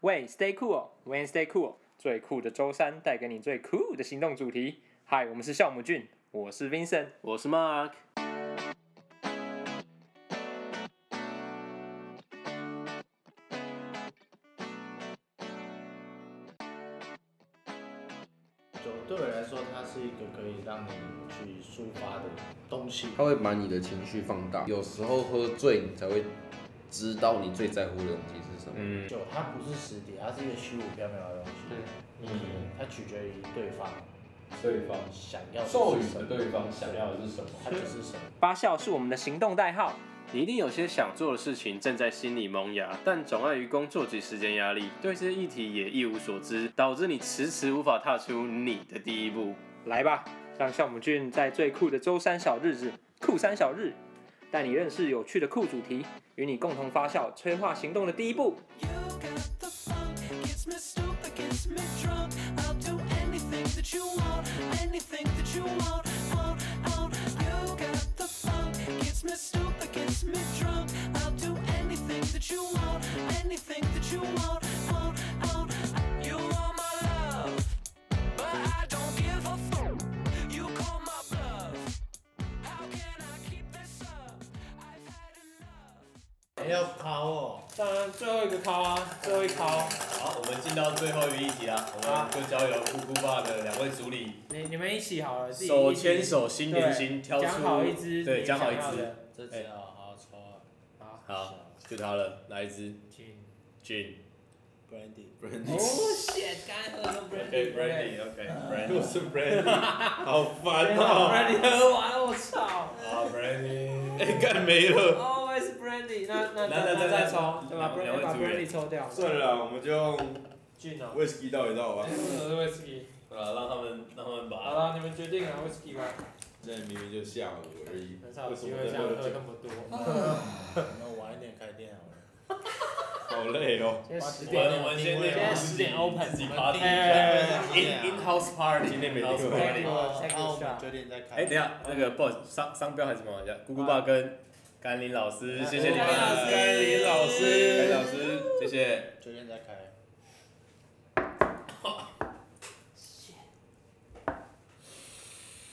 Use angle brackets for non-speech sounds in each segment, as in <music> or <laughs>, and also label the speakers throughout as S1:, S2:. S1: 喂，Stay cool，When Stay cool，最酷的周三带给你最酷的行动主题。嗨，我们是酵母菌，我是 Vincent。
S2: 我是 Mark。
S3: 酒对我来说，它是一个可以让你去抒发的东西。
S4: 它会把你的情绪放大。有时候喝醉，你才会知道你最在乎的东西是什么。
S1: 嗯，
S3: 酒它不是实体，它是一个虚无缥缈的东西。嗯，它取决于对方
S5: 对方
S3: 想要的
S5: 授
S3: 是
S5: 予
S3: 什
S5: 的
S3: 么，
S5: 对方想要的是什么？
S3: 它就是什么。
S1: 八校是我们的行动代号。
S2: 你一定有些想做的事情正在心里萌芽，但总碍于工作及时间压力，对这些议题也一无所知，导致你迟迟无法踏出你的第一步。
S1: 来吧，让酵母菌在最酷的周三小日子——酷三小日，带你认识有趣的酷主题，与你共同发酵，催化行动的第一步。
S6: You got the funk, gets me stupid, gets me drunk. I'll do anything that you want, anything that you want, want, want. You got the funk, gets me stupid, gets me drunk. I'll do anything that you want, anything that you want, want, want. You are my love, but I don't give a fuck. You call my bluff. How can I keep this up? I've had enough.
S7: 哎
S3: 还要考哦，
S1: 当然，最后一个考啊，最后一考。
S5: 好，我们进到最后一个议题啦，我们就交由酷酷爸的两位主理
S7: 你你们一起好了，自己一起
S5: 手牵手心连心挑出，
S7: 讲好一支，
S5: 对，讲好一
S7: 支
S5: 支，。
S3: 这
S5: 只要
S3: 要好好抽啊。
S7: 好，
S5: 好，就他了，来一支
S7: 请。
S5: Gin。
S3: Brandy，
S7: 哦，shit，刚才喝的都 Brandy，Brandy，
S5: OK，Brandy，我是 Brandy，好 <laughs>
S4: <laughs>
S5: 烦哦。
S7: Brandy 喝完了，我操
S5: 好，Brandy，哎，干没了。
S7: ，Always Brandy，那那
S5: 来来
S7: 那那
S5: 来
S7: 再
S5: 来
S7: 抽，对吧？Brandy
S5: 两两位
S7: 把
S5: 主演
S7: Brandy 抽掉，
S8: <laughs> 算了啊啦，我们就用
S7: 俊哦，
S8: whisky 倒一倒吧。
S7: 我的 whisky，
S5: 啊，让他们让他们
S7: 好
S5: 把
S7: 了，你们决定了 whisky 吧，
S8: 现在明明就下午而已，
S7: 很少有
S8: 为什
S7: 机
S8: 么
S7: 会
S8: 在
S7: 像
S8: 喝酒
S7: 喝那么多，
S3: 那晚一点开店好了。
S8: 好累哦。
S7: 现在十
S5: 我
S7: 点
S5: 们
S7: 了，
S5: 我们先
S7: 现在
S5: 那
S7: 十点 open，哎
S5: 自己 party。In in house party，今天没 house
S7: 再
S5: party
S7: 给。我再给
S3: 然后
S7: 我
S3: 我们
S7: shot，
S3: 九点再开。
S5: 哎，等一下，那个 boss 商商标还是什么？一下，
S7: 啊
S5: 姑姑爸跟甘霖老师，谢谢你们，
S7: 甘霖老师
S5: 甘霖老师，谢谢。
S3: 九点再开。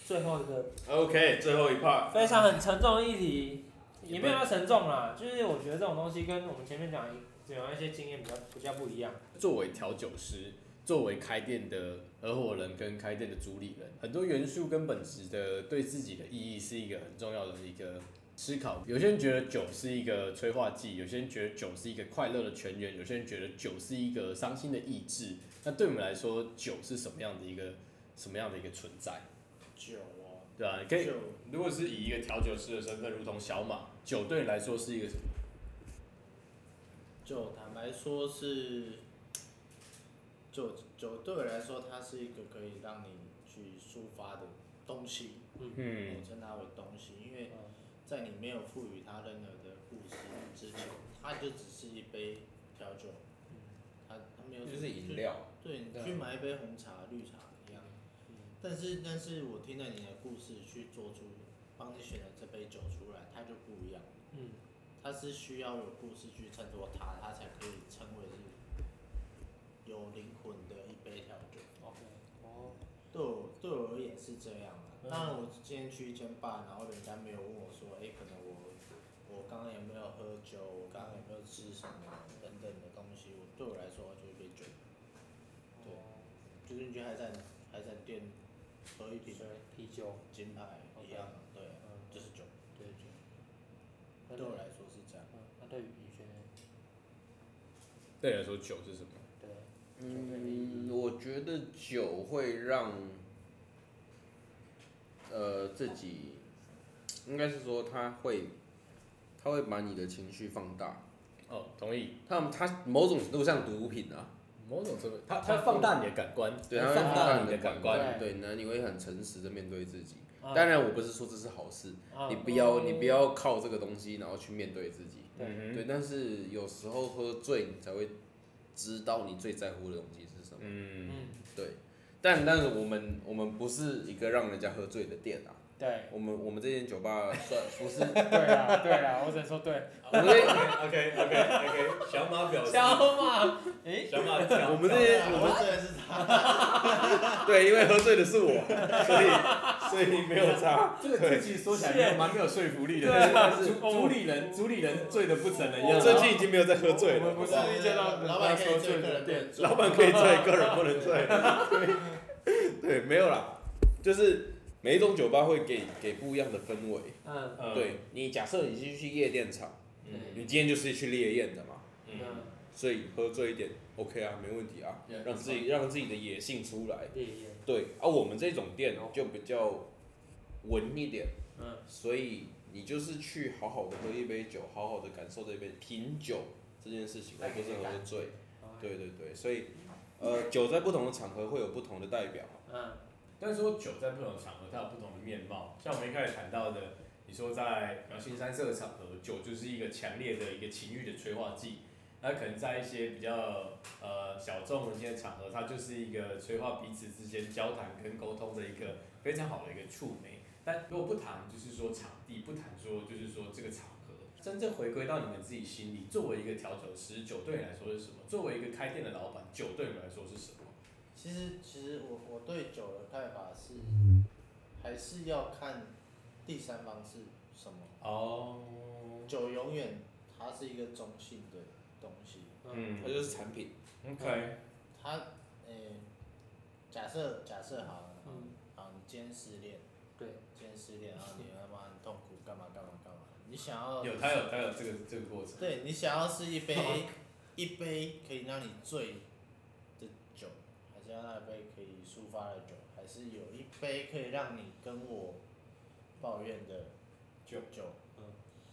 S7: 最后一个
S5: OK，最后一 part，
S7: 非常很沉重的议题，也没有要沉重啦，就是我觉得这种东西跟我们前面讲的讲的一些经验比较比较不一样。
S5: 作为调酒师，作为开店的合伙人跟开店的主理人，很多元素跟本质的对自己的意义是一个很重要的一个思考。有些人觉得酒是一个催化剂，有些人觉得酒是一个快乐的泉源，有些人觉得酒是一个伤心的意志。那对我们来说，酒是什么样的一个什么样的一个存在？
S3: 酒哦，
S5: 对吧、你可以
S3: 酒，
S5: 如果是以一个调酒师的身份，如同小马，酒对你来说是一个什么？
S3: 酒坦白说是，酒酒对我来说，它是一个可以让你去抒发的东西。
S5: 嗯
S3: 我称它为东西，因为在你没有赋予它任何的故事之前，它就只是一杯调酒，它它没有什么
S4: 就是饮，料，
S3: 对你去买一杯红茶、绿茶一样。但是，但是我听了你的故事，去做出帮你选的这杯酒出来，它就不一样。
S7: 嗯，
S3: 它是需要有故事去衬托它，它才可以称为是有灵魂的一杯调酒。
S7: OK，哦，
S3: 对我对我而言是这样的。当然，我今天去一间吧，然后人家没有问我说，哎、可能我我刚刚有没有喝酒，我刚刚有没有吃什么等等的东西，我对我来说就一杯酒，
S7: 哦
S3: 就是你去海产海产店喝
S7: 对，
S3: 一瓶
S7: 水、啤酒，
S3: 金牌一样，对，
S7: 嗯，
S3: 就是酒。
S7: 对酒。
S3: 对我来说是这样。
S7: 嗯，那对于你觉得，
S5: 对你来说，酒是什么？
S7: 对，
S4: 嗯，我觉得酒会让，呃，自己，应该是说它会，它会把你的情绪放大。
S5: 哦，同意。
S4: 它它某种程度像毒品啊，
S5: 某种程度，它它放大你的感官，
S4: 对，它
S5: 它
S4: 会
S5: 放大
S4: 你
S5: 你的感官。嗯
S4: 官，对，那你会很诚实的面对自己。
S7: 啊
S4: 当然，我不是说这是好事，
S7: 啊
S4: 你不要你不要靠这个东西，然后去面对自己。
S5: 嗯
S7: 对，
S4: 对，但是有时候喝醉，你才会知道你最在乎的东西是什么。
S5: 嗯，
S7: 嗯，
S4: 对，但但是我们我们不是一个让人家喝醉的店啊，
S7: 对，
S4: 我们我们这间酒吧
S5: <laughs>
S4: 算不是，
S7: 对啦，对啦，我只能说 <laughs> 对。
S4: 我们这
S8: OK OK OK，小马表示，
S7: 小马，诶，
S8: 小马讲，
S4: 我们这
S5: <laughs>
S4: 些
S3: 我们真的是
S4: 对，因为喝醉的是我，所以
S8: 所以没有差，
S5: 这个自己说起来没有蛮没有说服力的，就是主主理人主理人醉的不成人样。
S8: 最近已经没有在喝醉
S5: 啊我们
S8: 了，
S5: 不是遇见到
S3: 老板可以
S5: 说
S3: 醉
S5: 醉
S3: 客
S5: 的
S3: 人不
S5: 店
S4: <laughs>
S3: 能，
S8: 老板可以醉，个人不能醉。对对，没有啦，
S4: 就是每一种酒吧会给给不一样的氛围。
S7: 嗯
S8: 嗯，
S4: 对你假设你是去夜店场，
S8: 嗯
S4: 你今天就是去烈焰的嘛，
S8: 嗯，
S7: 嗯，
S4: 所以喝醉一点 OK 啊，没问题啊
S5: Yeah，
S4: 让自己让自己的野性出来。
S7: 烈焰，
S4: 对啊，我们这种店就比较文一点，
S7: 哦嗯，
S4: 所以你就是去好好的喝一杯酒，好好的感受这杯品酒这件事情，而不是喝醉。对对对，所以呃，酒在不同的场合会有不同的代表。
S7: 嗯，
S5: 但是说酒在不同的场合，它有不同的面貌。像我们一开始谈到的，你说在比较新三色的场合，酒就是一个强烈的一个情欲的催化剂。那可能在一些比较呃小众的一些场合，它就是一个催化彼此之间交谈跟沟通的一个非常好的一个触媒。但如果不谈，就是说场地，不谈说就是说这个场合，真正回归到你们自己心里，作为一个调酒师，酒对你来说是什么？作为一个开店的老板，酒对你们来说是什么？
S3: 其实，其实我我对酒的看法是，还是要看第三方是什么。
S5: 哦、
S3: 酒永远它是一个中性的东西，
S5: 嗯
S4: 它就是产品，
S5: ，OK。
S3: 它，诶、假设假设好了，
S7: 嗯
S3: 好，你今天失恋，
S7: 对，
S3: 今天失恋，然后你他妈很痛苦，干嘛干嘛干嘛，你想要
S5: 有，他有，他有这个这个过程。
S3: 哦对你想要是一杯一杯可以让你醉的酒，还是要那一杯可以抒发的酒，还是有一杯可以让你跟我抱怨的酒酒，
S7: 嗯，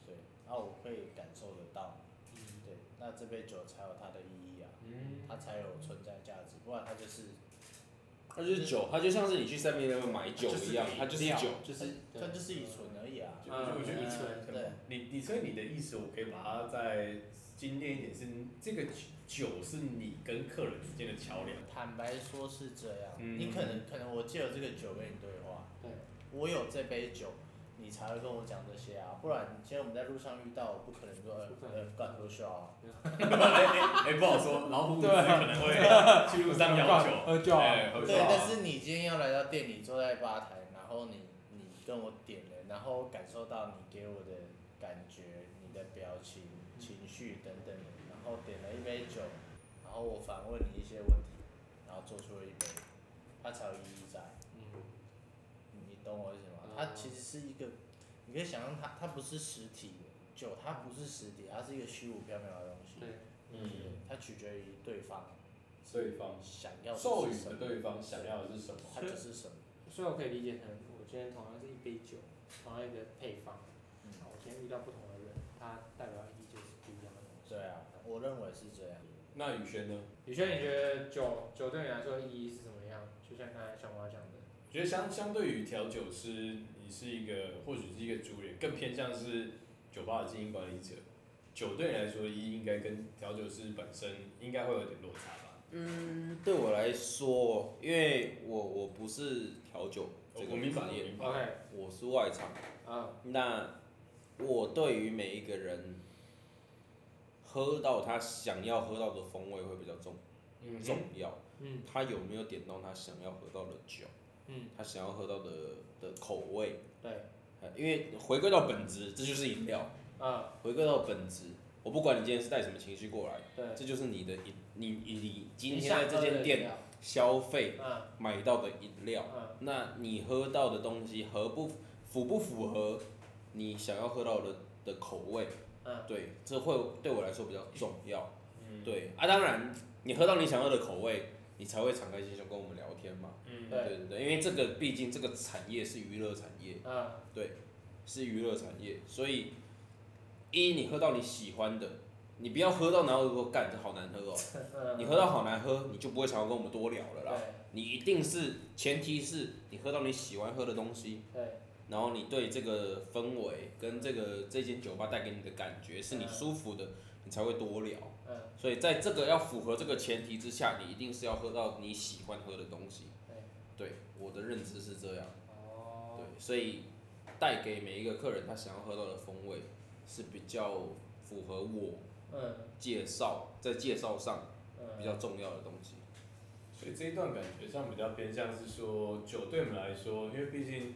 S3: 对，那我会感受得到，对，那这杯酒才有它的意义啊，
S5: 嗯，
S3: 它才有存在价值，不然它就是
S4: 它就是酒，它就像是你去 Seven Eleven 买酒一样，它就是酒。
S7: 就是
S3: 它就是乙醇而已啊，
S5: 就
S7: 嗯
S5: 我觉
S7: 嗯
S5: 得你可
S3: 对
S5: 能你你所以你的意思，我可以把它再精炼一点是，这个酒是你跟客人之间的桥梁。 <laughs>
S3: 坦白说是这样，
S5: 嗯
S3: 你可能可能我借了这个酒跟你对话，
S7: 对，
S3: 我有这杯酒，你才会跟我讲这些啊，不然今天我们在路上遇到，我不可能说呃
S7: 不可能
S3: 呃干多笑啊，
S5: 哎、不好说，老虎可能会去路上要酒，
S7: 喝酒啊
S5: 哎喝酒
S3: 对，
S5: 啊
S3: 但是你今天要来到店里坐在吧台，然后你你跟我点了，然后感受到你给我的感觉、你的表情、
S7: 嗯
S3: 情绪等等的，然后点了一杯酒，然后我反问你一些问题，然后做出了一杯，它才有意义在。
S7: 嗯，
S3: 你懂我意思吗
S7: 嗯？
S4: 哦
S3: 它其实是一个，你可以想象它，它不是实体的酒，它不是实体，它是一个虚无缥缈的东西。
S7: 对，
S5: 嗯，
S3: 它取决于对方
S5: 对方
S3: 想要的
S5: 授
S3: 是
S5: 予
S3: 什
S5: 的
S3: 么，
S5: 对方想要的是什么？
S3: 它就是什么。
S7: 所以我可以理解成，我今天同样是一杯酒，同样一个配方，
S3: 嗯
S7: 那我今天遇到不同的人，它代表意义就是不一样的东西。
S3: 对啊，我认为是这样。
S5: 那宇轩呢？
S7: 宇轩，你觉得酒酒对你来说意义是怎么样？就像刚才小花讲的，
S5: 我觉得相相对于调酒师，你是一个或许是一个主人，更偏向是酒吧的经营管理者。酒对你来说，一应该跟调酒师本身应该会有点落差吧？
S4: 嗯，对我来说，因为我我不是调酒这
S5: 我
S4: 个
S5: 我明白，
S4: 职
S5: 我
S4: 业，
S5: 明白。
S7: OK，
S4: 我是外场。
S7: 啊，
S4: 那我对于每一个人喝到他想要喝到的风味会比较重
S5: 嗯
S4: 重要，
S7: 嗯
S4: 他有没有点到他想要喝到的酒，
S7: 嗯，
S4: 他想要喝到的的口味，
S7: 对，
S4: 呃因为回归到本质，这就是饮料，
S7: 啊，
S4: 回归到本质。我不管你今天是带什么情绪过来，
S7: 对，
S4: 这就是你的饮，你你你今
S7: 你
S4: 天
S7: 想
S4: 在这
S7: 喝的
S4: 间
S7: 饮
S4: 店啊
S7: 料，
S4: 消费
S7: 嗯
S4: 买到的饮料，
S7: 嗯
S4: 那你喝到的东西合不符不符合你想要喝到的的口味？
S7: 嗯，
S4: 对，这会对我来说比较重要。
S5: 嗯，
S4: 对啊，当然你喝到你想要的口味，你才会敞开心胸跟我们聊天嘛。
S5: 嗯，
S7: 对
S4: 对对对，因为这个毕竟这个产业是娱乐产业，
S7: 嗯
S4: 是娱乐产业，所以一你喝到你喜欢的，你不要喝到然后说干这好难喝哦，
S7: 嗯，
S4: 你喝到好难喝，你就不会想要跟我们多聊了啦。
S7: 对
S4: 你一定是前提是你喝到你喜欢喝的东西，
S7: 对，
S4: 然后你对这个氛围跟这个这间酒吧带给你的感觉是你
S7: 嗯
S4: 舒服的，你才会多聊。
S7: 嗯
S4: 所以在这个要符合这个前提之下，你一定是要喝到你喜欢喝的东西。
S7: 对，
S4: 对，我的认知是这样。
S7: 哦，
S4: 对，所以带给每一个客人他想要喝到的风味是比较符合我
S7: 嗯
S4: 介绍在介绍上
S7: 嗯，
S4: 比较重要的东西。
S5: 所以这一段感觉上比较偏向是说，酒对我们来说，因为毕竟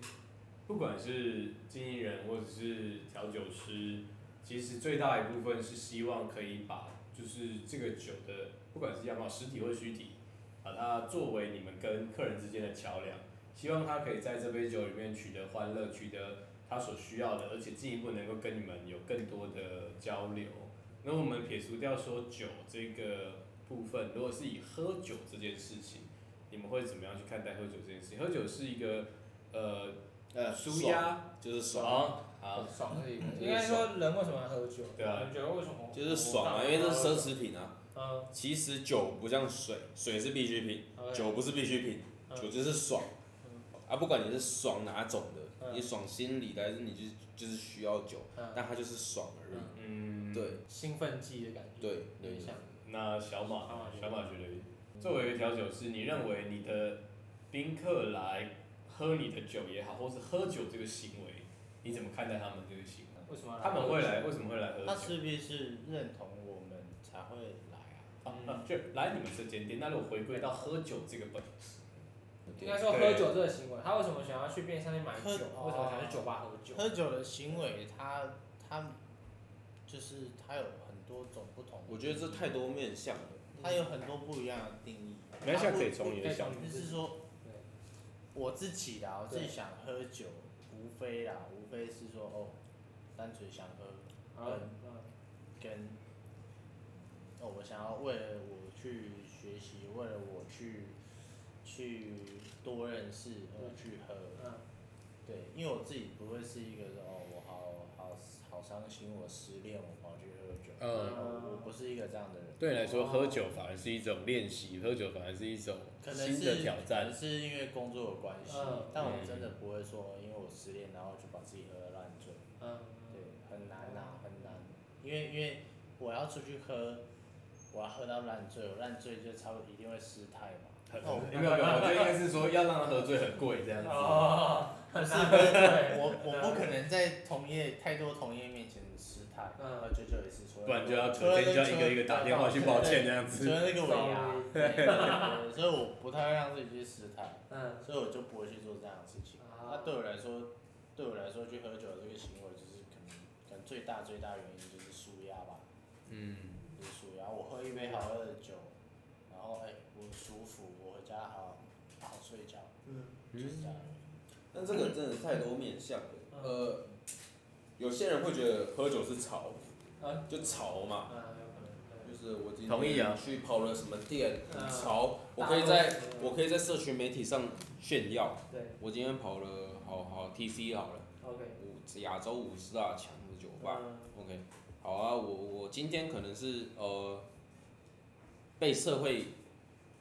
S5: 不管是经营人或者是调酒师，其实最大一部分是希望可以把就是这个酒的，不管是样貌实体或虚体，把它作为你们跟客人之间的桥梁，希望他可以在这杯酒里面取得欢乐，取得他所需要的，而且进一步能够跟你们有更多的交流。那我们撇除掉说酒这个部分，如果是以喝酒这件事情，你们会怎么样去看待喝酒这件事情？喝酒是一个呃
S4: 呃，
S5: 舒压，
S4: 就是爽，
S5: 爽，
S4: 好爽而已，
S7: 应该
S4: 嗯爽，
S7: 说人为什么要喝酒？
S5: 对啊
S7: 你觉得为什么？
S4: 就是爽啊，因为这是奢。侈品啊。
S7: 嗯，
S4: 其实酒不像水，水是必需品，
S7: 好
S4: 酒不是必需品，
S7: 嗯
S4: 酒就是爽
S7: 嗯。
S4: 啊，不管你是爽哪种的，
S7: 嗯
S4: 你爽心理的还是你就是就是需要酒，
S7: 嗯，
S4: 但它就是爽而已。
S5: 嗯，
S4: 对
S7: 兴奋剂的感觉。
S4: 对
S7: 有
S4: 对
S7: 点，像。
S5: 那小马
S7: 小马，觉得
S5: 小马觉得，作为一个调酒师，你认为你的宾客来喝你的酒也好，或是喝酒这个行为，你怎么看待他们这个行为？
S7: 为什么要
S5: 他们会来，为什么会来喝
S3: 他
S5: 酒？
S3: 势必是认同我们才会来啊。
S5: 啊就来你们这间店，那如果回归到喝酒这个本质，
S7: 应该说喝酒这个行为，他为什么想要去便利商店买酒？
S3: 喝
S7: 为什么想要去酒吧喝酒？
S3: 喝酒的行为，他他就是他有很多种不同的，
S4: 我觉得这太多面向了。
S3: 他有很多不一样的定义。
S5: 没关系啊
S3: 他不
S5: 可以从你的
S7: 再讲一
S3: 就是
S7: 次
S3: 说
S7: 对，
S3: 我自己啦，我自己
S7: 对
S3: 想喝酒，无非啦，无非是说哦，单纯想喝，
S7: 好了，嗯
S3: 跟哦，我想要为了我去学习，为了我去去多认识而去喝。
S7: 嗯
S3: 对，因为我自己不会是一个哦，我好好好伤心，我失恋，我跑去喝酒。
S5: 嗯
S3: 我我不是一个这样的人。
S5: 对你来说，
S7: 哦
S5: 喝酒反而是一种练习，喝酒反而是一种
S3: 可能
S5: 新的
S3: 是
S5: 挑
S3: 可
S5: 战
S3: 能。是因为工作的关系，
S7: 嗯
S3: 但我真的不会说，因为我失恋然后就把自己喝得烂醉，
S7: 嗯，
S3: 对，很难啊，很难，因为因为我要出去喝，我要喝到烂醉，我烂醉就差不多一定会失态嘛。哦
S5: 很
S3: 那我
S5: 哦没有没有，我觉得应该是说要让他喝醉很贵这样子。
S7: 哦，
S3: 不是，
S7: 难
S3: 不是
S5: <laughs>
S7: 对
S3: 我我不可能在同业太多同业面前失态，
S7: 嗯
S3: 喝久久一次，除了
S5: 不然就要
S3: 除
S5: 昨
S3: 了
S5: 天就要
S3: 那
S5: 一个一个打电话去抱歉这样
S3: 除
S5: 子。
S3: 了那个尾牙
S7: Sorry，
S3: 对对对所以我不太会让自己去失态，
S7: 嗯，
S3: 所以我就不会去做这样的事情。那啊对我来说，对我来说去喝酒这个行为，就是可能可能最大最大原因就是舒压吧，
S5: 嗯，
S3: 就是舒压。我喝一杯好喝的酒，然后哎、我舒服，我回家好好睡觉，
S7: 嗯，
S3: 就是这样。
S4: 但这个真的是太多面向了。
S7: 嗯
S4: 呃，有些人会觉得喝酒是潮，
S7: 啊
S4: 就潮嘛，
S7: 嗯，有可能，
S4: 就
S7: 对
S4: 是我今
S5: 同意啊
S4: 天去跑了什么店，很
S7: 嗯
S4: 潮，我
S7: 大
S4: 可以
S7: 多
S4: 在
S7: 数人
S4: 我可以在社群媒体上炫耀，
S7: 对
S4: 我今天跑了好好 TC 好了，
S7: ，OK，
S4: 五亚洲五十大强的酒吧
S7: 嗯
S4: ，OK，好啊，我我今天可能是呃被社会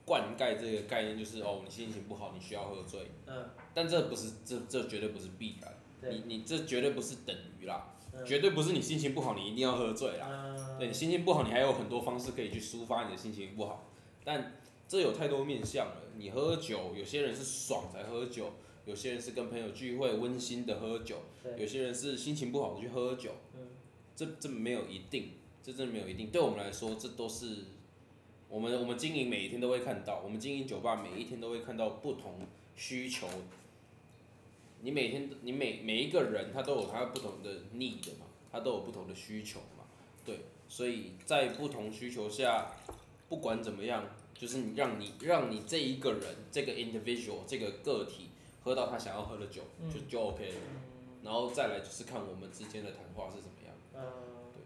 S4: 灌溉这个概念，就是哦你心情不好，你需要喝醉。
S7: 嗯，
S4: 但这不是，这这绝对不是必然。
S7: 对
S4: 你你这绝对不是等于啦，
S7: 嗯
S4: 绝对不是你心情不好你一定要喝醉啦。
S7: 嗯，
S4: 对你心情不好，你还有很多方式可以去抒发你的心情不好，但这有太多面向了。你喝酒，有些人是爽才喝酒，有些人是跟朋友聚会温馨的喝酒，有
S7: 对，
S4: 些人是心情不好去喝酒。
S7: 嗯
S4: 这这没有一定，这真的没有一定。对我们来说，这都是我们我们经营每一天都会看到，我们经营酒吧每一天都会看到不同需求。你每天你每每一个人他都有他不同的 need 嘛，他都有不同的需求嘛，对，所以在不同需求下，不管怎么样，就是你让你让你这一个人这个 individual 这个个体喝到他想要喝的酒，
S7: 嗯
S4: 就就 OK 了。
S7: 嗯
S4: 然后再来就是看我们之间的谈话是怎么样。
S7: 嗯
S4: 对，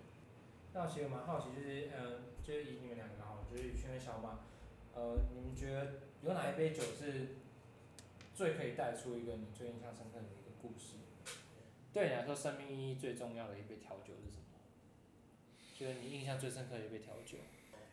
S7: 那其实我蛮好奇，就是嗯，就是以你们两个好了，就是宇轩跟小马，呃，你们觉得有哪一杯酒是最可以带出一个你最印象深刻的一个故事？对你来说，生命意义最重要的一杯调酒是什么？就是你印象最深刻的一杯调酒。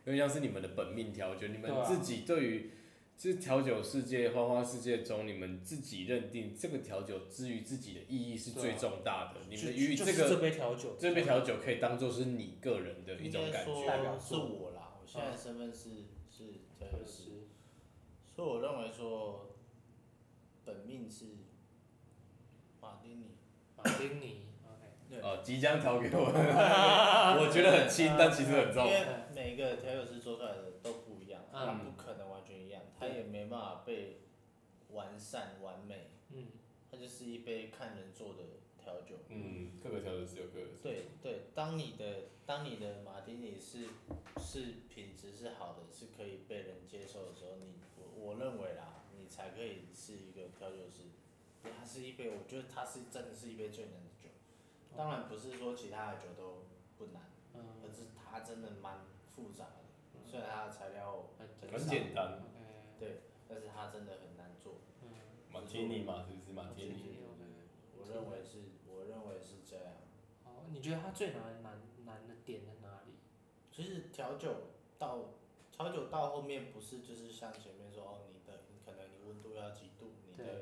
S5: 因为像是你们的本命调酒，你们
S7: 对啊
S5: 自己对于就是调酒世界、花花世界中，你们自己认定这个调酒之于自己的意义是最重大的。你
S3: 就
S5: 们于
S3: 就
S5: 这
S3: 是这
S5: 个
S3: 杯调酒，
S5: 这杯调酒可以当做是你个人的一
S3: 应
S5: 种
S3: 该
S5: 感
S3: 说
S5: 觉。啊
S3: 是我啦，我现在的身份是是调酒师，
S7: 是
S3: 所以我认为说本命是马丁尼，
S7: 马丁尼，OK，
S3: 对，
S5: 哦，即将调给我， <laughs> 我觉得很轻，但其实很重
S3: 啊 <laughs> 因。为每一个调酒师做出来的都不一样，它
S7: 嗯
S3: 不可能完全一样，它也没办法被完善完美，
S7: 嗯，
S3: 它就是一杯看人做的调酒。
S5: 嗯，各个调酒师有各个。
S3: 对对，当你的当你的马丁尼是是品质是好的，是可以被人接受的时候，你我我认为啦，你才可以是一个调酒师。对它是一杯，我觉得它是真的是一杯最难的酒。当然不是说其他的酒都不难，
S7: 嗯
S3: 可是它真的蛮复杂的，虽然它的材料
S7: 很
S5: 很简单，
S7: ，OK，
S3: 对，但是它真的很难做。
S7: 嗯，
S5: 马天尼嘛，是不是马天尼？
S3: 我认为是，我认为是这样。
S7: 好，你觉得它最难难难的点在哪里？
S3: 其实调酒到调酒到后面不是就是像前面说哦，你的你可能你温度要几度，你的
S7: 对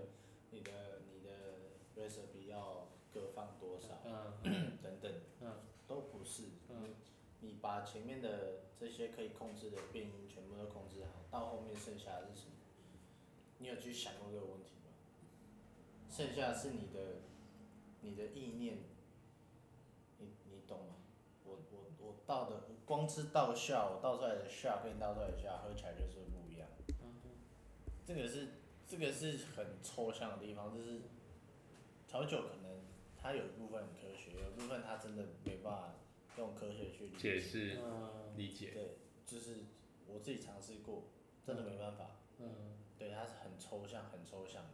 S3: 你的你的 recipe 要各放多少
S7: 嗯
S3: <clears throat> 等等，
S7: 嗯
S3: 都不是。
S7: 嗯
S3: 你把前面的这些可以控制的变音全部都控制好，到后面剩下的是什么？你有去想过这个问题吗？剩下的是你的你的意念，你你懂吗？我我我倒的光吃倒下，我倒出来的下跟你倒出来的下喝起来就是不一样。这个是这个是很抽象的地方，就是调酒可能它有一部分很科学，有一部分它真的没办法用科学去理解
S5: 解释
S7: 嗯
S5: 理解，
S3: 对，就是我自己尝试过，真的没办法。
S7: 嗯，
S3: 对，它是很抽象，很抽象的。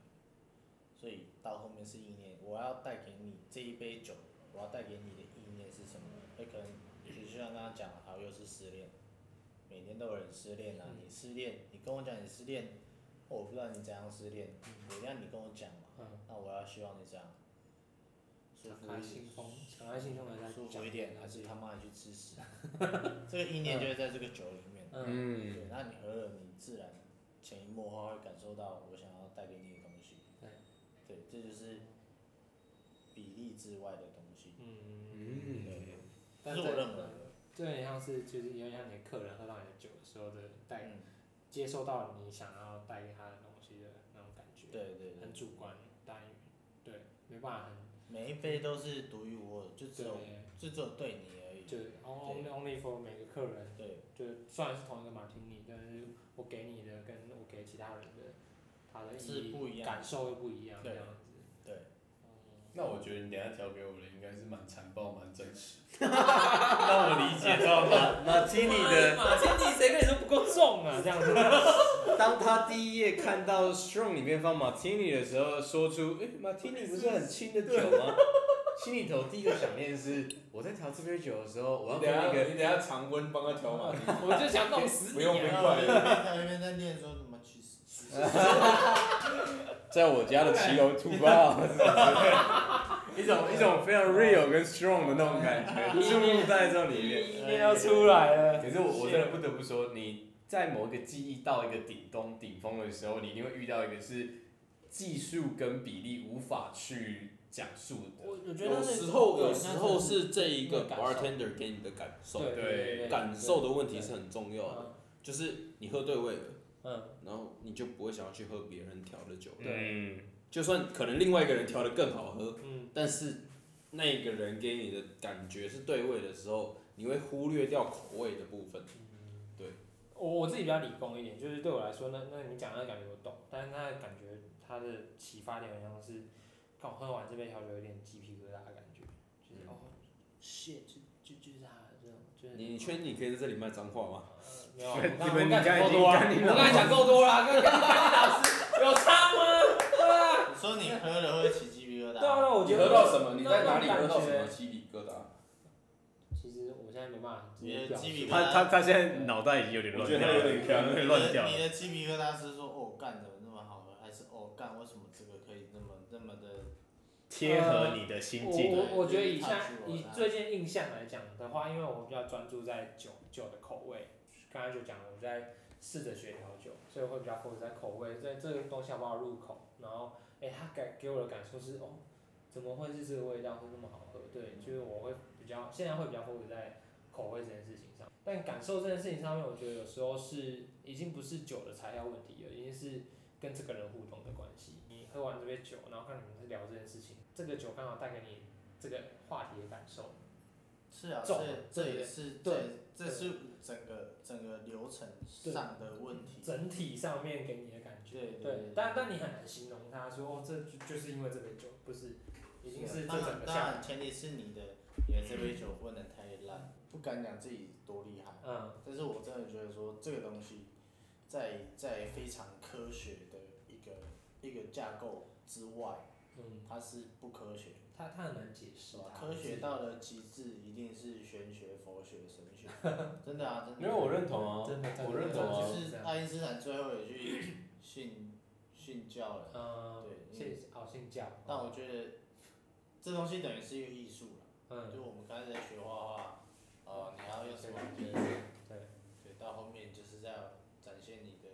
S3: 所以到后面是意念，我要带给你这一杯酒，我要带给你的意念是什么？那可能就像刚刚讲的，好，又是失恋，每天都有人失恋啊。你失恋，你跟我讲你失恋，哦我不知道你怎样失恋，我让你跟我讲嘛。
S7: 嗯
S3: 那我要希望你这样，舒
S7: 敞
S3: 服
S7: 开
S3: 一
S7: 心胸，敞开心胸的在
S3: 舒服
S7: 讲
S3: 一点，还是
S7: 这
S3: 他
S7: 个
S3: 妈的去
S7: <laughs>
S3: 吃屎？这个意念就会在这个酒里面。
S7: 嗯
S5: 嗯，
S3: 对，那你喝了，你自然潜移默化会感受到我想要带给你的东西。
S7: 对，
S3: 对，这就是比例之外的东西。
S7: 嗯，
S3: 嗯，对，这
S7: 但
S3: 是我
S7: 在
S3: 认为的。
S7: 这有点像是就是有点像你的客人喝到你的酒的时候的带
S3: 嗯，
S7: 接收到你想要带给他的东西的那种感觉，
S3: 对，对对
S7: 很，主观，但对，没办法很
S3: 每一杯都是独一无二的，就只有
S7: 对，
S3: 就只有对你而已。
S7: 就 only only for 每个客人，
S3: 对，
S7: 就虽然是同一个马提尼，但是我给你的跟我给其他人的，他的意
S3: 是
S7: 义
S3: 不一样的
S7: 感受会不一样，这
S3: 对
S7: 样子。哦
S3: 对，
S5: 那我觉得你等一下调给我的应该是蛮残暴、蛮真 <laughs> 实，让我理解到吗？
S2: 马基尼的
S7: 马天尼谁跟你说不够重啊？这样子，
S5: 当他第一页看到 strong 里面放 martini 的时候，说出“哎、martini 不是很轻的酒 <laughs> 吗？”心里头第一个想念是，我在调这杯酒的时候，我要
S8: 你等一下
S5: 跟一个
S8: 你等一下常温帮他调嘛，
S7: 我就想弄死
S8: 不
S7: 你
S8: 用冰
S7: 啊！
S8: 块的。
S3: 在那边在念说什么去死去死，
S5: 在我家的骑楼吐爆，是不是 <laughs> 一种一种非常 real 跟 strong 的那种感觉，注入在这里面。
S7: 一定要出来了，
S5: 可是我我真的不得不说，你在某一个技艺到一个顶峰顶峰的时候，你一定会遇到一个是技术跟比例无法去讲述
S7: 我
S5: 的。
S7: 我觉得
S4: 有
S7: 那是
S4: 时候
S7: 对
S4: 有时候
S7: 那
S4: 是这一个
S7: 那感受
S4: bartender 给你的感受，
S7: 对对对
S4: 感受的问题是很重要的，
S7: 嗯
S4: 就是你喝对味了，
S7: 嗯
S4: 然后你就不会想要去喝别人调的酒，
S5: 对，
S4: 就算可能另外一个人调的更好喝，
S7: 嗯
S4: 但是那个人给你的感觉是对味的时候，你会忽略掉口味的部分。
S7: 我我自己比较理工一点，就是对我来说，那那你讲的那感觉我懂，但是那感觉它的启发点好像是，刚喝完这杯调酒有点鸡皮疙瘩的感觉，就是、哦，shit，就就就是它这种，就是
S4: 你你确定你可以在这里卖脏话吗？
S7: 呃没有啊，
S5: 你
S7: 我
S5: 们
S7: 刚才
S5: 哦你
S7: 我
S5: 刚才已经
S7: 刚
S5: 干
S7: 才
S5: 你
S7: 讲
S5: 老
S7: 够多了，我刚啊才讲够多了，跟跟你讲你老师有差吗？
S3: 你说你喝了会起鸡皮疙瘩。
S7: 对啊，那我
S8: 你
S7: 觉得
S8: 喝到什么？你
S7: 那
S8: 在
S7: 种
S8: 哪里喝到
S7: 感
S8: 什
S7: 觉
S8: 么鸡皮疙瘩？
S7: 其实我现在没办法直接
S3: 你的
S7: 表
S3: 鸡
S7: 示
S3: 皮疙，
S5: 他他他现在脑袋已经有点乱掉了，
S8: 我觉得有点飘
S5: 有点
S3: 你
S5: 乱啊
S3: 的
S5: 掉
S3: 你的
S5: 了。
S3: 鸡皮疙瘩是说哦干怎么那么好喝，还是哦干为什么这个可以那么那么的
S5: 贴合你的心
S7: 我
S5: 境。
S7: 我我觉得以
S3: 就是
S7: 下
S3: 探索
S7: 以
S3: 它
S7: 最近印象来讲的话，因为我比较专注在酒酒的口味，刚才就讲了，我在试着学调酒，所以会比较 focus 在口味，在这个东西好不好入口，然后哎、它给给我的感受是哦，怎么会是这个味道会那么好喝？对，就是我会比较现在会比较 focus 在口味这件事情上，但感受这件事情上面，我觉得有时候是已经不是酒的材料问题了，已经是跟这个人互动的关系。你喝完这杯酒，然后看你们在聊这件事情，这个酒刚好带给你这个话题的感受。
S3: 是啊，
S7: 重
S3: 这这
S7: 对
S3: 也是
S7: 对
S3: 这这是整个整个流程上的问题。
S7: 整体上面给你的感觉，
S3: 对
S7: 对，但但你很难形容它，说哦，这就就是因为这杯酒，不是，一定是这整个
S3: 当
S7: 下
S3: 然，前提是你的你的这杯酒不能太烂，不敢讲自己多厉害，
S7: 嗯，
S3: 但是我真的觉得说这个东西在在非常科学的一个一个架构之外，
S7: 嗯，
S3: 它是不科学，
S7: 它它很难解释
S3: 是吧？
S7: 它
S3: 科学到了极致，一定是玄学、佛学、神学，真的啊，真的。
S4: 因为我认同啊，
S7: 真的，真的
S4: 我认同啊
S7: 就
S3: 就是是
S7: 这样，
S3: 爱因斯坦最后也去信信教了，
S7: 嗯，信
S3: 对
S7: 哦信教，
S3: 但我觉得这东西等于是一个艺术了。
S7: 嗯，
S3: 就我们刚才在学画画，哦、你要用什么笔，
S7: 对，
S3: 对，到后面就是在展现你的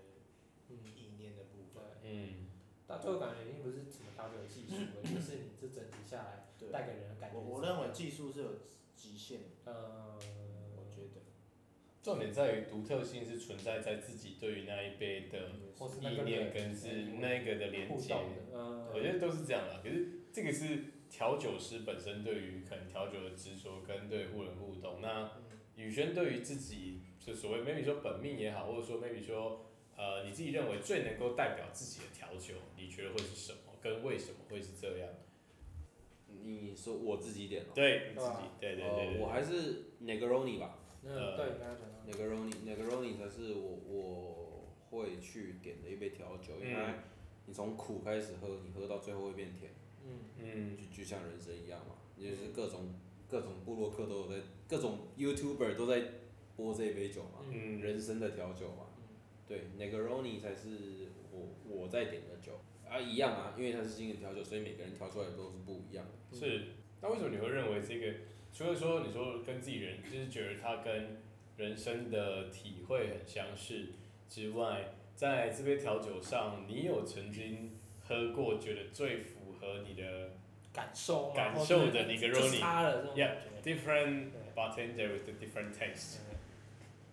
S7: 嗯，
S3: 意念的部
S7: 对
S3: 分，，
S4: 嗯，
S7: 但最后感觉已经不是什么调酒技术了，就是你这整体下来
S3: 对，
S7: 带给人的感觉
S3: 我
S7: 是怎么样。
S3: 我认为技术是有极限的，
S7: 呃，
S3: 我觉得，
S5: 重点在于独特性是存在在自己对于那一杯的
S3: 嗯
S7: 或是那
S5: 意
S7: 个
S5: 念
S7: 人
S5: 跟是那个的连
S7: 互
S5: 接。
S7: 动的，嗯，
S5: 我觉得都是这样啦。可是这个是调酒师本身对于可能调酒的执着跟对互人互动。那宇轩对于自己就所谓 maybe 说本命也好，或者说 maybe 说呃你自己认为最能够代表自己的调酒，你觉得会是什么？跟为什么会是这样？
S4: 你说我自己一点哦，
S5: 对你自己
S7: 啊，
S5: 对对对
S4: 呃，
S5: 对
S4: 我还是 Negroni 吧
S5: 呃
S7: 嗯，对，刚才讲到，
S4: ，Negroni Negroni 才是我我会去点的一杯调酒，因为
S5: 嗯
S4: 你从苦开始喝，你喝到最后会变甜。
S7: 嗯，
S5: 嗯
S4: 就就像人生一样嘛，也就是各种各种部落客都有在，各种 YouTuber 都在播这杯酒嘛，
S5: 嗯
S4: 人生的调酒嘛，对，Negroni 才是我我在点的酒啊，一样啊，因为它是经典调酒，所以每个人调出来的都是不一样的。
S5: 是。那为什么你会认为这个？除了说你说跟自己人，就是觉得它跟人生的体会很相似之外，在这杯调酒上，你有曾经喝过觉得最符合你的
S7: 感受嘛，
S5: 感
S7: 或
S5: 受
S7: 是
S5: 的那个
S7: 就
S5: Roni
S7: 差了这种
S5: Yeah
S7: 感觉，
S5: different
S7: 对
S5: bartender with a different taste？
S7: 嗯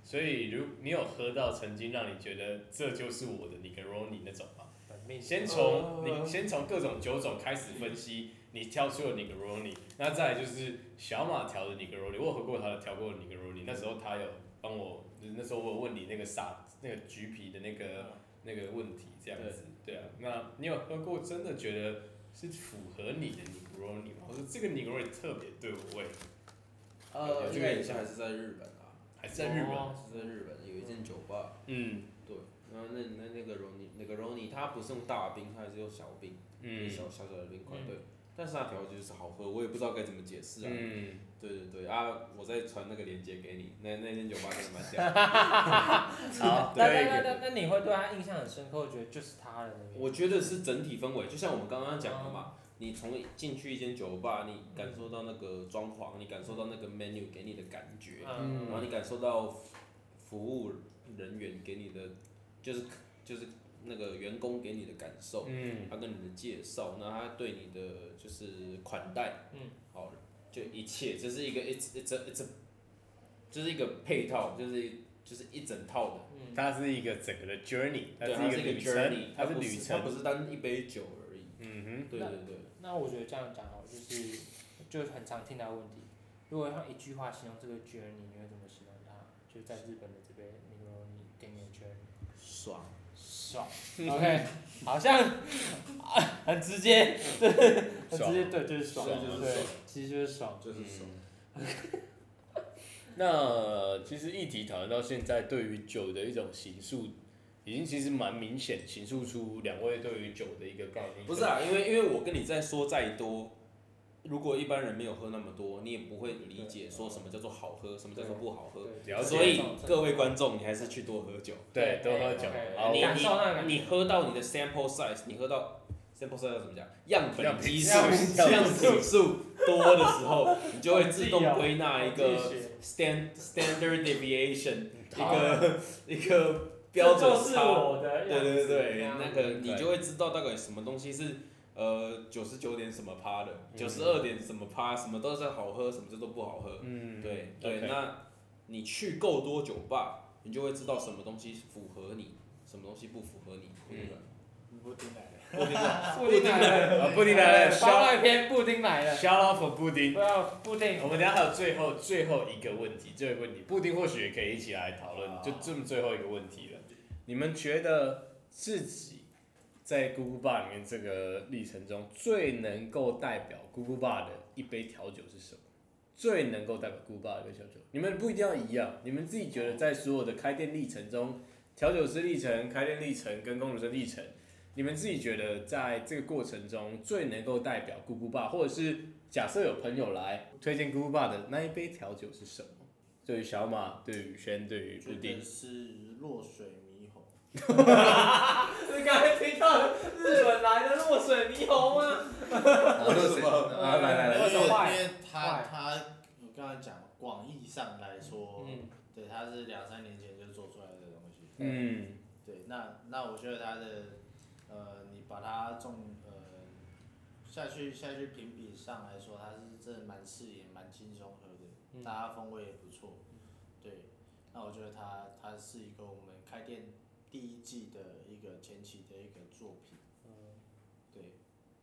S5: 所以如你有喝到曾经让你觉得这就是我的 Negroni 那种吗？
S7: 本命
S5: 先从你先从各种酒种开始分析，你挑出了 Negroni，那再来就是小马调的 Negroni，我有喝过他的调过的 Negroni，那时候他有帮我，那时候我有问你那个傻那个橘皮的那个那个问题这样子，嗯对啊，那你有喝过真的觉得是符合你的 Negroni 吗？我说这个 Negroni 特别对我胃，
S4: 呃，
S5: 这
S4: 这
S5: 个
S4: 个
S5: 也
S4: 也
S5: 是
S4: 像还是在日本啊，
S5: 还是在日本，
S7: 哦
S4: 是在日本有一间酒吧，
S5: 嗯
S4: 对，然后那那那个 Roni 那个 Roni 它不是用大冰，它还是用小冰，
S5: 嗯
S4: 小小小的冰块，
S7: 嗯
S4: 对，但是它调酒就是好喝，我也不知道该怎么解释啊，
S5: 嗯，
S4: 对对对啊！我再传那个链接给你，那那间酒吧真的蛮屌。
S5: 好，
S7: 哦那
S5: 对
S7: 那那那那你会对他印象很深刻，我觉得就是他的那个，
S4: 我觉得是整体氛围，就像我们刚刚讲的嘛，你从进去一间酒吧，你感受到那个装潢，你感受到那个 menu 给你的感觉，
S5: 啊
S7: 嗯
S4: 然后你感受到服服务人员给你的，就是就是那个员工给你的感受，
S5: 嗯
S4: 他跟你的介绍，那他对你的就是款待，
S7: 嗯，
S4: 好，就一切，这是一个 it's it's a, it's a, 就是一个配套，就是就是一整套的，
S7: 嗯，
S5: 它是一个整个的 journey，它
S4: 对，它
S5: 是
S4: 是
S5: 一个
S4: 一
S5: 旅
S4: 个
S5: 程
S4: journey，，
S5: 它是
S4: 不
S5: 旅
S4: 它不
S5: 程，
S4: 是单一杯酒而已。
S5: 嗯哼。
S4: 对
S7: 那
S4: 对对，
S7: 那我觉得这样讲哦，就是就是很常听到的问题，如果用一句话形容这个 journey，你会怎么形容它？就是在日本的这边，你如果你给你的 journey。
S4: 爽。
S7: 爽。OK，好
S5: <laughs>
S7: 像、啊很直接，对，很直接，对，就是爽，
S4: 爽就是
S7: 对
S4: 爽，
S7: 其实就是爽。
S5: 嗯
S4: 就是爽。嗯
S5: <laughs> 那其实议题讨论到现在，对于酒的一种形塑，已经其实蛮明显形塑出两位对于酒的一个概念。
S4: 不是啊，因为因为我跟你再说再多，如果一般人没有喝那么多，你也不会理解说什么叫做好喝，什么叫做不好喝。
S7: 对
S5: 了解
S4: 所以各位观众，你还是去多喝酒。
S5: 对，多喝酒
S7: OK，，
S5: 好，
S4: 你
S7: 感受那个感觉
S4: 你你喝到你的 sample size，你喝到 sample size 要怎么讲？样
S5: 样
S4: 本
S5: 本
S4: 基数
S5: 样本基数
S4: 样本数多的时候，你就会自动归纳一个
S7: 好自己学
S4: stand standard deviation，一
S5: 好
S4: 个 <laughs> 一个标准
S7: 这就是
S4: 差。
S7: 我的样
S4: 对
S7: 子，
S4: 对
S7: 这
S4: 对，
S7: 样
S4: 那个你就会知道大概什么东西是呃九十九点什么趴的，九十二点什么趴，什么都是好喝，什么叫做不好喝。
S5: 嗯，
S4: 对对
S5: OK
S4: 那你去够多酒吧，你就会知道什么东西符合你，什么东西不符合你。
S5: 嗯
S4: 嗯，
S3: 布丁来了，
S7: 布丁来了，
S5: 啊，布丁来了，
S7: 番
S5: 肖
S7: 外篇布丁来了，
S5: 肖老粉布丁
S7: 不。要布丁
S5: 我，们等一下还有最后最后一个问题，最后一个问题，布丁或许也可以一起来讨论，就这么最后一个问题了。你们觉得自己在姑姑爸里面这个历程中，最能够代表姑姑爸的一杯调酒是什么？最能够代表姑姑爸的一杯调酒，你们不一定要一样，你们自己觉得在所有的开店历程中，调酒师历程、开店历程跟工读生历程。你们自己觉得在这个过程中最能够代表姑姑爸，或者是假设有朋友来推荐姑姑爸的那一杯调酒是什么？对于小马，对于轩，对于布
S3: 觉 <laughs>
S5: 丁
S3: 得，是落水猕猴，
S7: 是刚才听到的日本来的落水猕猴吗？
S8: 为什么？
S5: 啊，来来
S3: 因
S5: 来，
S3: 为
S7: 为什么
S3: 因为
S7: 坏
S3: 他他我刚才讲广义上来说，
S7: 嗯
S3: 对，他是两三年前就做出来的东西，
S5: 嗯，
S3: 对，那那我觉得他的，呃，你把它重呃下去下去评比上来说，它是真的蛮适也蛮轻松喝
S7: 嗯
S3: 的，大家风味也不错，对，那我觉得它它是一个我们开店第一季的一个前期的一个作品，对，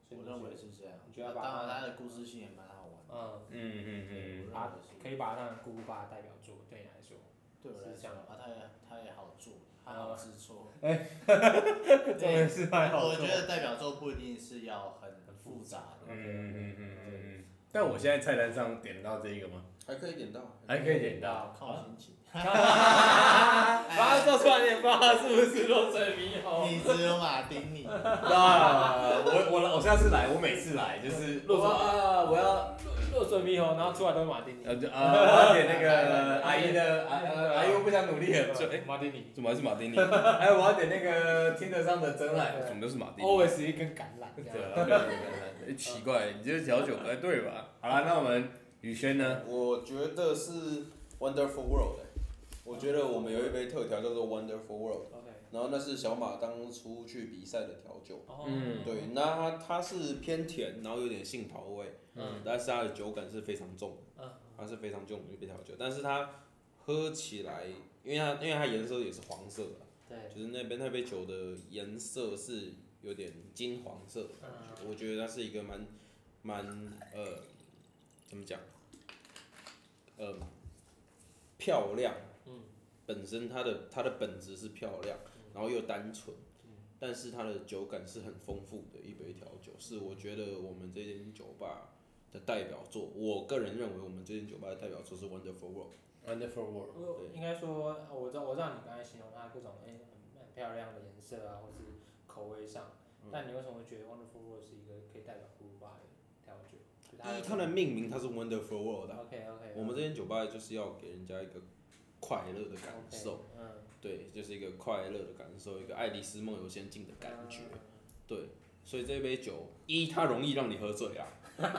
S7: 所以
S3: 我
S7: 你
S3: 认
S7: 觉
S3: 为
S7: 得
S3: 是这
S7: 你觉得
S3: 样。
S7: 把
S3: 那当然
S7: 它
S3: 它的故事性也蛮好玩的，
S7: 嗯，
S5: 嗯嗯
S3: 对，我
S5: 嗯
S3: 认
S7: 啊
S3: 为是，
S7: 可以把它当姑姑爸的代表作，对你来说，
S3: 对我来
S7: 是这
S3: 讲
S7: 样啊哎
S3: 啊，它也它也好做，它好制作。 <laughs>
S7: <laughs> 真的是还
S3: 我觉得代表作不一定是要很复杂
S5: 嗯
S3: 的，
S5: 嗯嗯嗯嗯。但我现在菜单上点到这一个吗？
S4: 还可以点到，
S5: 还可以点到。
S3: 看我心
S7: <laughs>
S3: 情。
S7: 把它做出来，你爸是不是落水猕猴？
S3: 你只有马丁尼，
S5: 啊，我我我下次来，我每次来就是
S7: 落水
S5: 啊，我要
S7: 落水猕猴，然后出来都是马丁尼，
S5: 呃就啊，我要点那个阿姨的阿呃阿姨，我不想努力了，就哎，
S7: 马丁尼
S4: 怎么还是马丁尼？
S5: 还有我要点那个听得上的真啊爱。
S4: 怎么都是马丁尼？
S7: ，always 一根橄榄，这
S5: 对
S7: 样
S5: 啊，对啊对啊对啊奇怪，你这是调酒哎，对吧？好了，那我们宇轩呢？
S4: 我觉得是 Wonderful World，、欸、
S5: 啊
S4: 我觉得我们有一杯特调叫做 Wonderful World，
S7: ，OK，
S4: 然后那是小马当初去比赛的调酒。
S7: 哦
S5: 嗯
S4: 对，那它它是偏甜，然后有点杏桃味，
S7: 嗯
S4: 但是它的酒感是非常重的，
S7: 嗯
S4: 它是非常重的一杯调酒，但是它喝起来，因为它因为它颜色也是黄色的，
S7: 对，
S4: 就是那杯那杯酒的颜色是有点金黄色的感觉，我觉得它是一个蛮蛮呃怎么讲，呃漂亮，
S7: 嗯，
S4: 本身它的它的本质是漂亮，然后又单纯，但是它的酒感是很丰富的一杯调酒，是我觉得我们这间酒吧的代表作，我个人认为我们这间酒吧的代表作是 Wonderful World。
S5: ，Wonderful World，
S7: 我应该说，呃我知道我知道你刚才形容它各种哎、很很漂亮的颜色啊，或是口味上，但你为什么会觉得 Wonderful World 是一个可以代表古巴的调酒？就
S4: 第一，它的命名它是 Wonderful World 啊
S7: OK OK，
S4: 我们这间酒吧就是要给人家一个快乐的感受，
S7: 嗯，
S4: 对，就是一个快乐的感受，一个爱丽丝梦游仙境的感觉，
S7: 啊
S4: 对，所以这杯酒一它容易让你喝醉啊，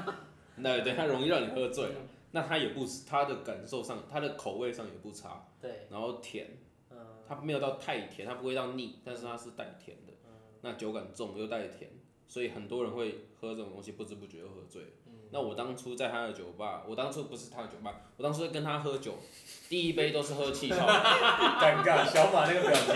S4: <laughs> 那对它容易让你喝醉啊，那它也不它的感受上，它的口味上也不差，
S7: 对，
S4: 然后甜，
S7: 嗯
S4: 它没有到太甜，它不会到腻，但是它是带甜的，
S5: 嗯
S4: 那酒感重又带甜，所以很多人会喝这种东西，不知不觉就喝醉了。
S5: 嗯
S4: 那我当初在他的酒吧，我当初不是他的酒吧，我当初跟他喝酒，第一杯都是喝气泡，
S5: <laughs> 尴尬，小马那个表情，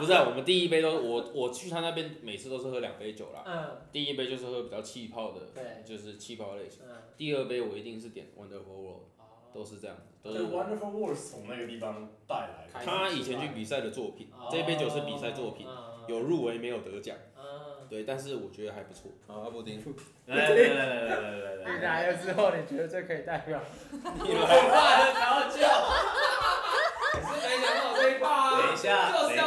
S4: 不是、啊，我们第一杯都我我去他那边每次都是喝两杯酒啦，
S7: 嗯
S4: 第一杯就是喝比较气泡的，
S7: 对
S4: 就是气泡类型，
S7: 嗯，
S4: 第二杯我一定是点 Wonderful World，
S7: 哦，
S4: 都是这样子，都
S5: 就是 Wonderful World 是从那个地方带来的。
S4: 他以前去比赛的作品，
S5: 哦
S4: 这一杯酒是比赛作品，
S7: 嗯
S4: 有入围没有得奖，
S7: 嗯，
S4: 对，但是我觉得还不错。
S8: 好，阿布丁，
S5: 来来来来来来来来
S7: 你来了哎之后，你觉得这可以代
S5: <laughs>
S7: 表？
S4: 你来，
S3: 哎
S7: <laughs>
S5: 等一下，等一下，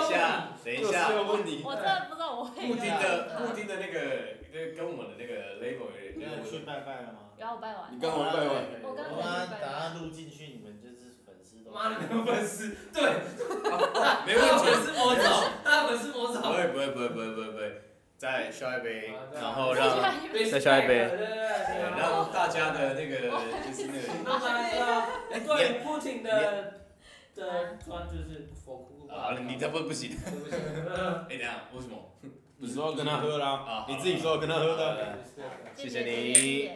S5: 等一下，
S4: 问你，
S9: 我真的不知道我会
S5: 布丁的布丁的那个，那跟我们的那个 label 有
S3: 你
S5: 点
S3: 有去拜拜了吗？
S9: 然后我掰完
S4: 你，刚我拜
S3: <laughs>
S4: 完，
S9: 我刚
S3: 我
S9: 刚才去拜
S3: 刚刚等
S9: 拜。
S3: 下录进去，你们就是粉丝都。
S7: 妈，你们粉丝对，
S5: 没问题。
S7: 丝魔爪，他粉丝魔
S5: 不会不会不会不会不会不会，再下一
S7: 啊，
S5: 杯
S7: 对啊
S5: 然后让再下一杯
S7: 对对
S5: 对
S7: 对，
S5: 让大家的那个就是那 <laughs> 个。
S7: 那当然是啊，对不停的的专就是佛哭
S5: 啊，你这不不行！
S7: 对不起，
S5: 哎，等一下为什么？
S4: 你说要跟他喝啦，
S5: 啊，
S4: 你自己说要跟他喝的。
S5: 的，谢谢你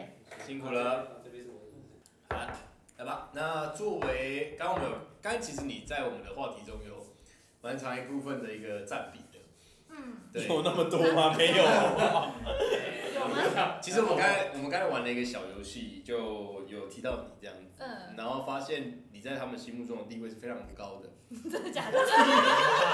S5: 辛苦了。。好，来吧。那作为刚刚我们有，刚刚其实你在我们的话题中有蛮长一部分的一个占比的。
S3: 嗯，
S5: 对，
S4: 有那么多吗？没有，
S3: 有吗？
S5: 其实我们刚才我们刚才玩了一个小游戏，就有提到你这样子，
S3: 嗯，
S5: 然后发现你在他们心目中的地位是非常高的。
S3: 真的假的？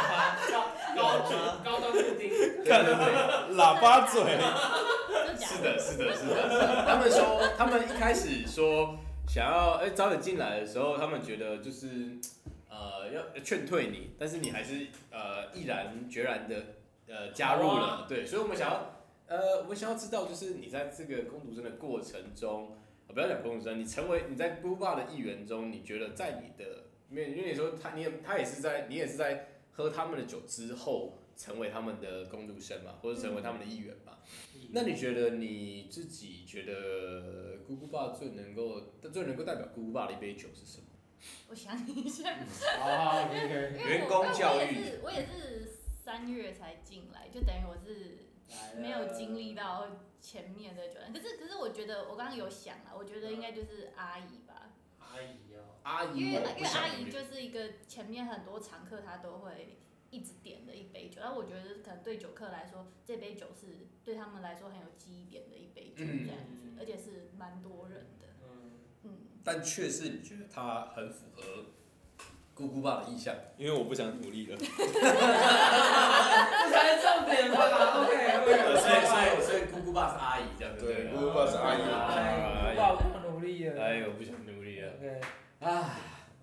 S7: 高端高端布丁，
S5: 对对对，
S4: 喇叭嘴。
S3: 真的假
S5: 是的，是的，是的是的。他们说，他们一开始说想要哎、早点进来的时候，他们觉得就是呃要劝退你，但是你还是呃毅然决然的呃加入了，对，所以我们想要呃我们想要知道就是你在这个攻读生的过程中，呃、不要讲攻读生，你成为你在 Blue Bar 的一员中，你觉得在你的因为因为你说他你也他也是在你也是在喝他们的酒之后成为他们的攻读生嘛，或者成为他们的一员嘛。那你觉得你自己觉得姑姑爸最能够最能够代表姑姑爸的一杯酒是什么？
S3: 我想一下，
S10: 好好，OK。
S3: 因为我
S5: 员工教育
S3: 因为我也是，我也是三月才进来，就等于我是没有经历到前面的酒店。可是可是我觉得我刚刚有想啊，我觉得应该就是阿姨吧，
S7: 阿姨哦，
S5: 阿姨，
S3: 因为
S5: 我
S3: 因
S5: 不
S3: 为
S5: 想
S3: 阿姨就是一个前面很多常客她都会一直点的一杯酒，然后我觉得可能对酒客来说，这杯酒是对他们来说很有记忆点的一杯酒这样子，而且是蛮多人的，
S7: 嗯，
S3: 嗯。
S5: 但却是你觉得他很符合姑姑爸的意向。
S4: 因为我不想努力了，所
S7: 这才是重点吧？OK，啊
S5: 所以所以所以姑姑爸是阿姨这样
S4: 对
S5: 对
S4: 姑
S5: 不
S4: 姑爸是阿姨
S7: 哎，哇，我这么努力
S5: 啊
S7: 了。
S2: 哎，我不想努力了。
S7: OK，
S2: 啊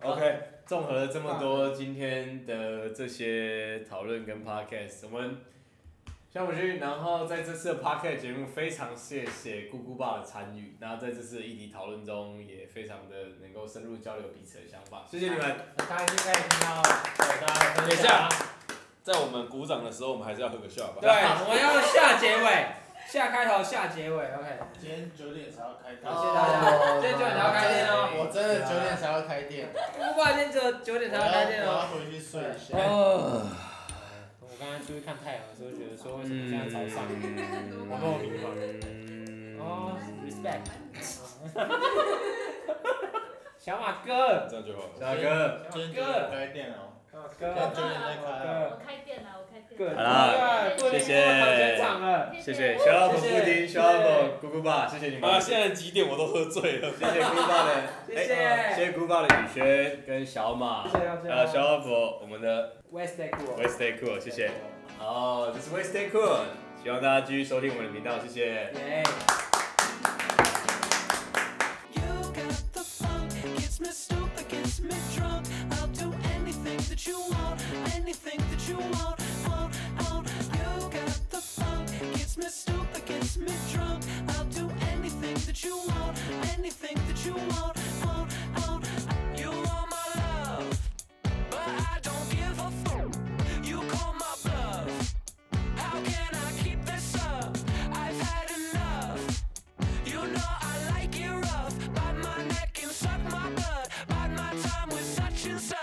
S2: ，OK，综合了这么多今天的这些讨论跟 podcast，我们项目去，然后在这次的 podcast 节目非常谢谢姑姑爸的参与，然后在这次的议题讨论中也非常的能够深入交流彼此的想法，谢谢你 <laughs> 们。
S7: 大家应该听到，对，大家
S4: 等一下，在我们鼓掌的时候，我们还是要喝个笑吧。
S7: 对，我们要下结尾，下开头，下结尾，OK。
S11: 今天九点才要开店，
S7: 好谢谢大家哦今天九点才要开店哦
S11: 我真的九点才要开店，
S7: 不管今天只有九点才要开店
S11: 我要
S7: 哦。
S11: 我要回去睡一下。
S2: 哎哦
S7: 我刚才出去看太阳的时候，觉得说为
S2: 嗯
S7: 什么现在早上？
S3: 我
S7: 好迷哦，respect。小马哥，
S4: 这样就好了。
S2: 大哥，
S7: 小
S11: 今天九
S7: 马
S11: 点
S7: 哥，
S11: 开店哦，
S7: 小马
S11: 今
S7: 哥
S11: 天，九点才开哦。
S3: 我开店了，我开店
S7: 哥，
S3: 了。
S2: 好啦
S7: 过年过
S2: 谢谢
S7: 到全场了。
S2: 谢谢小老虎布
S7: 谢谢
S2: 丁，小老虎姑姑爸，谢谢你们，
S4: 啊，
S2: 谢
S4: 现在几点我都喝醉了。
S2: 谢姑姑爸的，
S7: 谢
S2: 哎
S7: 谢
S2: 呃谢谢姑姑爸的雨轩跟小马，
S7: 谢谢大家
S2: 呃，小老虎，我们的
S7: West Day Cool。
S2: We stay cool，谢谢。好，这是 We stay cool，希望大家继续收听我们的频道，谢谢。
S7: 耶。
S6: You got the funk, gets me stupid, gets me drunk. I'll do anything that you want, anything that you want, want, want. You got the funk, gets me stupid, gets me drunk. I'll do anything that you want, anything that you want, want, want. You are my love, but I don't give a fuck. You call my bluff. How can I keep this up? I've had enough. You know I like it rough. Bite my neck and suck my blood. Bite my time with such and such. Oh,